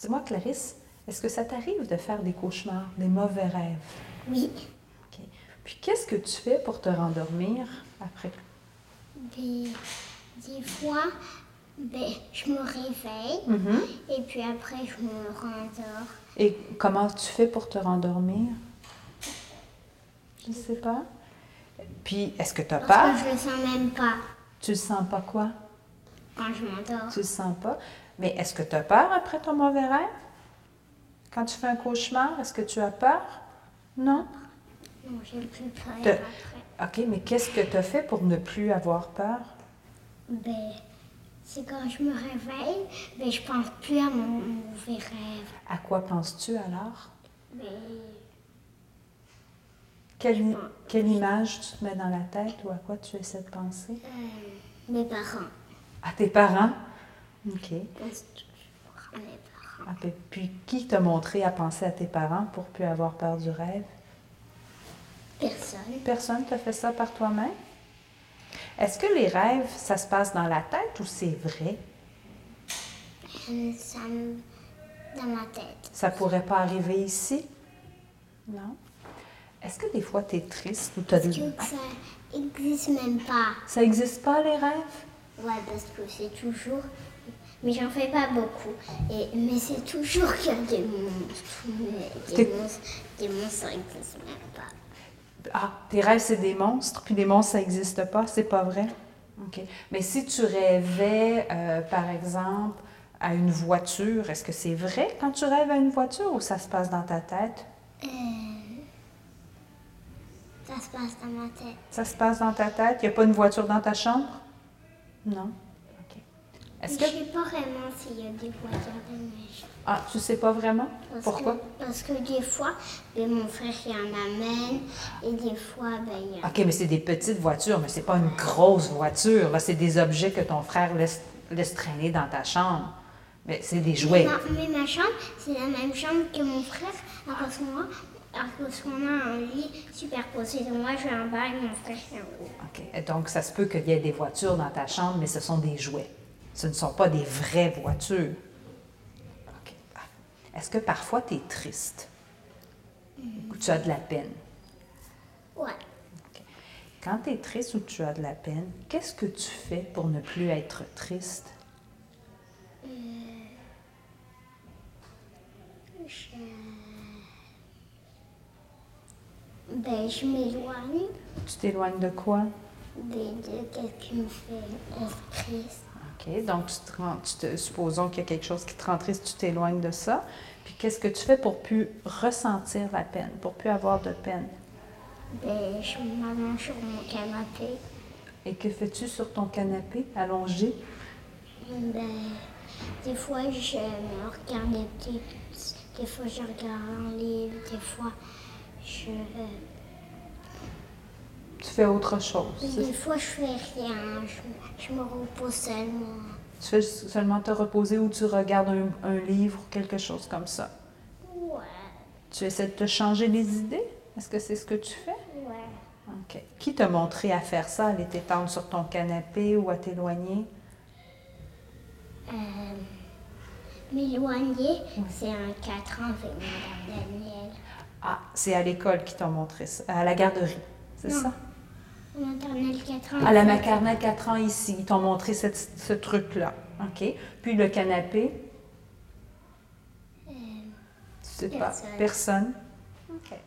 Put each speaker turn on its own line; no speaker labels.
Dis-moi, Clarisse, est-ce que ça t'arrive de faire des cauchemars, des mauvais rêves?
Oui.
OK. Puis qu'est-ce que tu fais pour te rendormir après?
Des, des fois, ben, je me réveille et puis après je me rendors.
Et comment tu fais pour te rendormir? Je ne sais pas. Puis, est-ce que tu as peur?
Parce que je le sens même pas
Tu le sens pas quoi?
quand je m'endors.
Tu le sens pas. Mais est-ce que tu as peur après ton mauvais rêve? Quand tu fais un cauchemar, est-ce que tu as peur? Non?
Non, j'ai plus peur
Te-
après.
OK, mais qu'est-ce que tu as fait pour ne plus avoir peur?
Ben, c'est quand je me réveille, ben, je pense plus à mon mauvais rêve.
À quoi penses-tu alors?
Ben,
Quelle, quelle image tu te mets dans la tête ou à quoi tu essaies de penser?
euh, mes parents.
À tes parents? OK.
Je pense toujours à mes parents.
Ah, puis- Puis qui t'a montré à penser à tes parents pour plus avoir peur du rêve?
Personne.
Personne t'a fait ça par toi-même? Est-ce que les rêves, ça se passe dans la tête ou c'est vrai?
Euh, ça me... dans ma tête.
Ça pourrait pas arriver ici? Non? Est-ce que des fois tu es triste ou t'as
Je
des... Ah,
trouve que ça existe même pas.
Ça n'existe pas les rêves?
Ouais, parce que c'est toujours. Mais j'en fais pas beaucoup. Et... Mais c'est toujours qu'il y a des monstres. Mais Des
T'es-
monstres, des monstres, ça existe même pas.
Ah, tes rêves c'est des monstres, puis les monstres ça n'existe pas, c'est pas vrai? OK. Mais si tu rêvais, euh, par exemple, à une voiture, est-ce que c'est vrai quand tu rêves à une voiture ou ça se passe dans ta tête?
Ça se passe dans ma tête.
Ça se passe dans ta tête? Il n'y a pas une voiture dans ta chambre? Non? OK. Est-ce que...
Je sais pas vraiment s'il y a des voitures de neige.
Ah, tu sais pas vraiment?
Parce
Pourquoi?
que, Parce que des fois, ben, mon frère il en amène et des fois, ben, il y a...
OK, mais c'est des petites voitures, mais c'est pas une grosse voiture. Là, c'est des objets que ton frère laisse, laisse traîner dans ta chambre. Mais c'est des jouets.
Ma- mais ma chambre, c'est la même chambre que mon frère. Alors parce que moi, alors parce qu'on a un lit superposé. Donc moi, j'ai un bas et mon frère, il a un haut.
OK. Et Donc, ça se peut qu'il y ait des voitures dans ta chambre, mais ce sont des jouets. Ce ne sont pas des vraies voitures. OK. Ah. Est-ce que parfois tu es triste? Ou tu as de la peine?
Ouais.
OK. Quand tu es triste ou tu as de la peine, qu'est-ce que tu fais pour ne plus être triste?
Je... Ben, je m'éloigne
Tu t'éloignes de quoi?
ben, de qu'est-ce qui me fait être triste.
OK. Donc, tu te rends- tu te- supposons qu'il y a quelque chose qui te rend triste, tu t'éloignes de ça. Puis, qu'est-ce que tu fais pour plus ressentir la peine, pour plus avoir de peine?
Ben, je m'allonge sur mon canapé.
Et que fais-tu sur ton canapé, allongé?
Ben, des fois, je me regarde des petits. Des fois, je regarde un livre. Des fois, je. euh,
Tu fais autre chose.
Des fois, je fais rien. Je, je me repose seulement.
Tu fais seulement te reposer ou tu regardes un, un livre ou quelque chose comme ça.
Ouais,
Tu essaies de te changer les idées? Est-ce que c'est ce que tu fais?
ouais.
OK. Qui t'a montré à faire ça, à aller t'étendre sur ton canapé ou à t'éloigner?
Euh, M'éloigner, c'est un 4 ans avec Madame Daniel.
Ah, c'est à l'école qui t'a montré ça, à la garderie, c'est
Non.
ça?
Maternelle 4 ans.
À la maternelle 4 ans ici, ils t'ont montré cette- ce truc-là. OK. Puis le canapé,
Euh,
tu sais pas,
Personne.
personne. OK.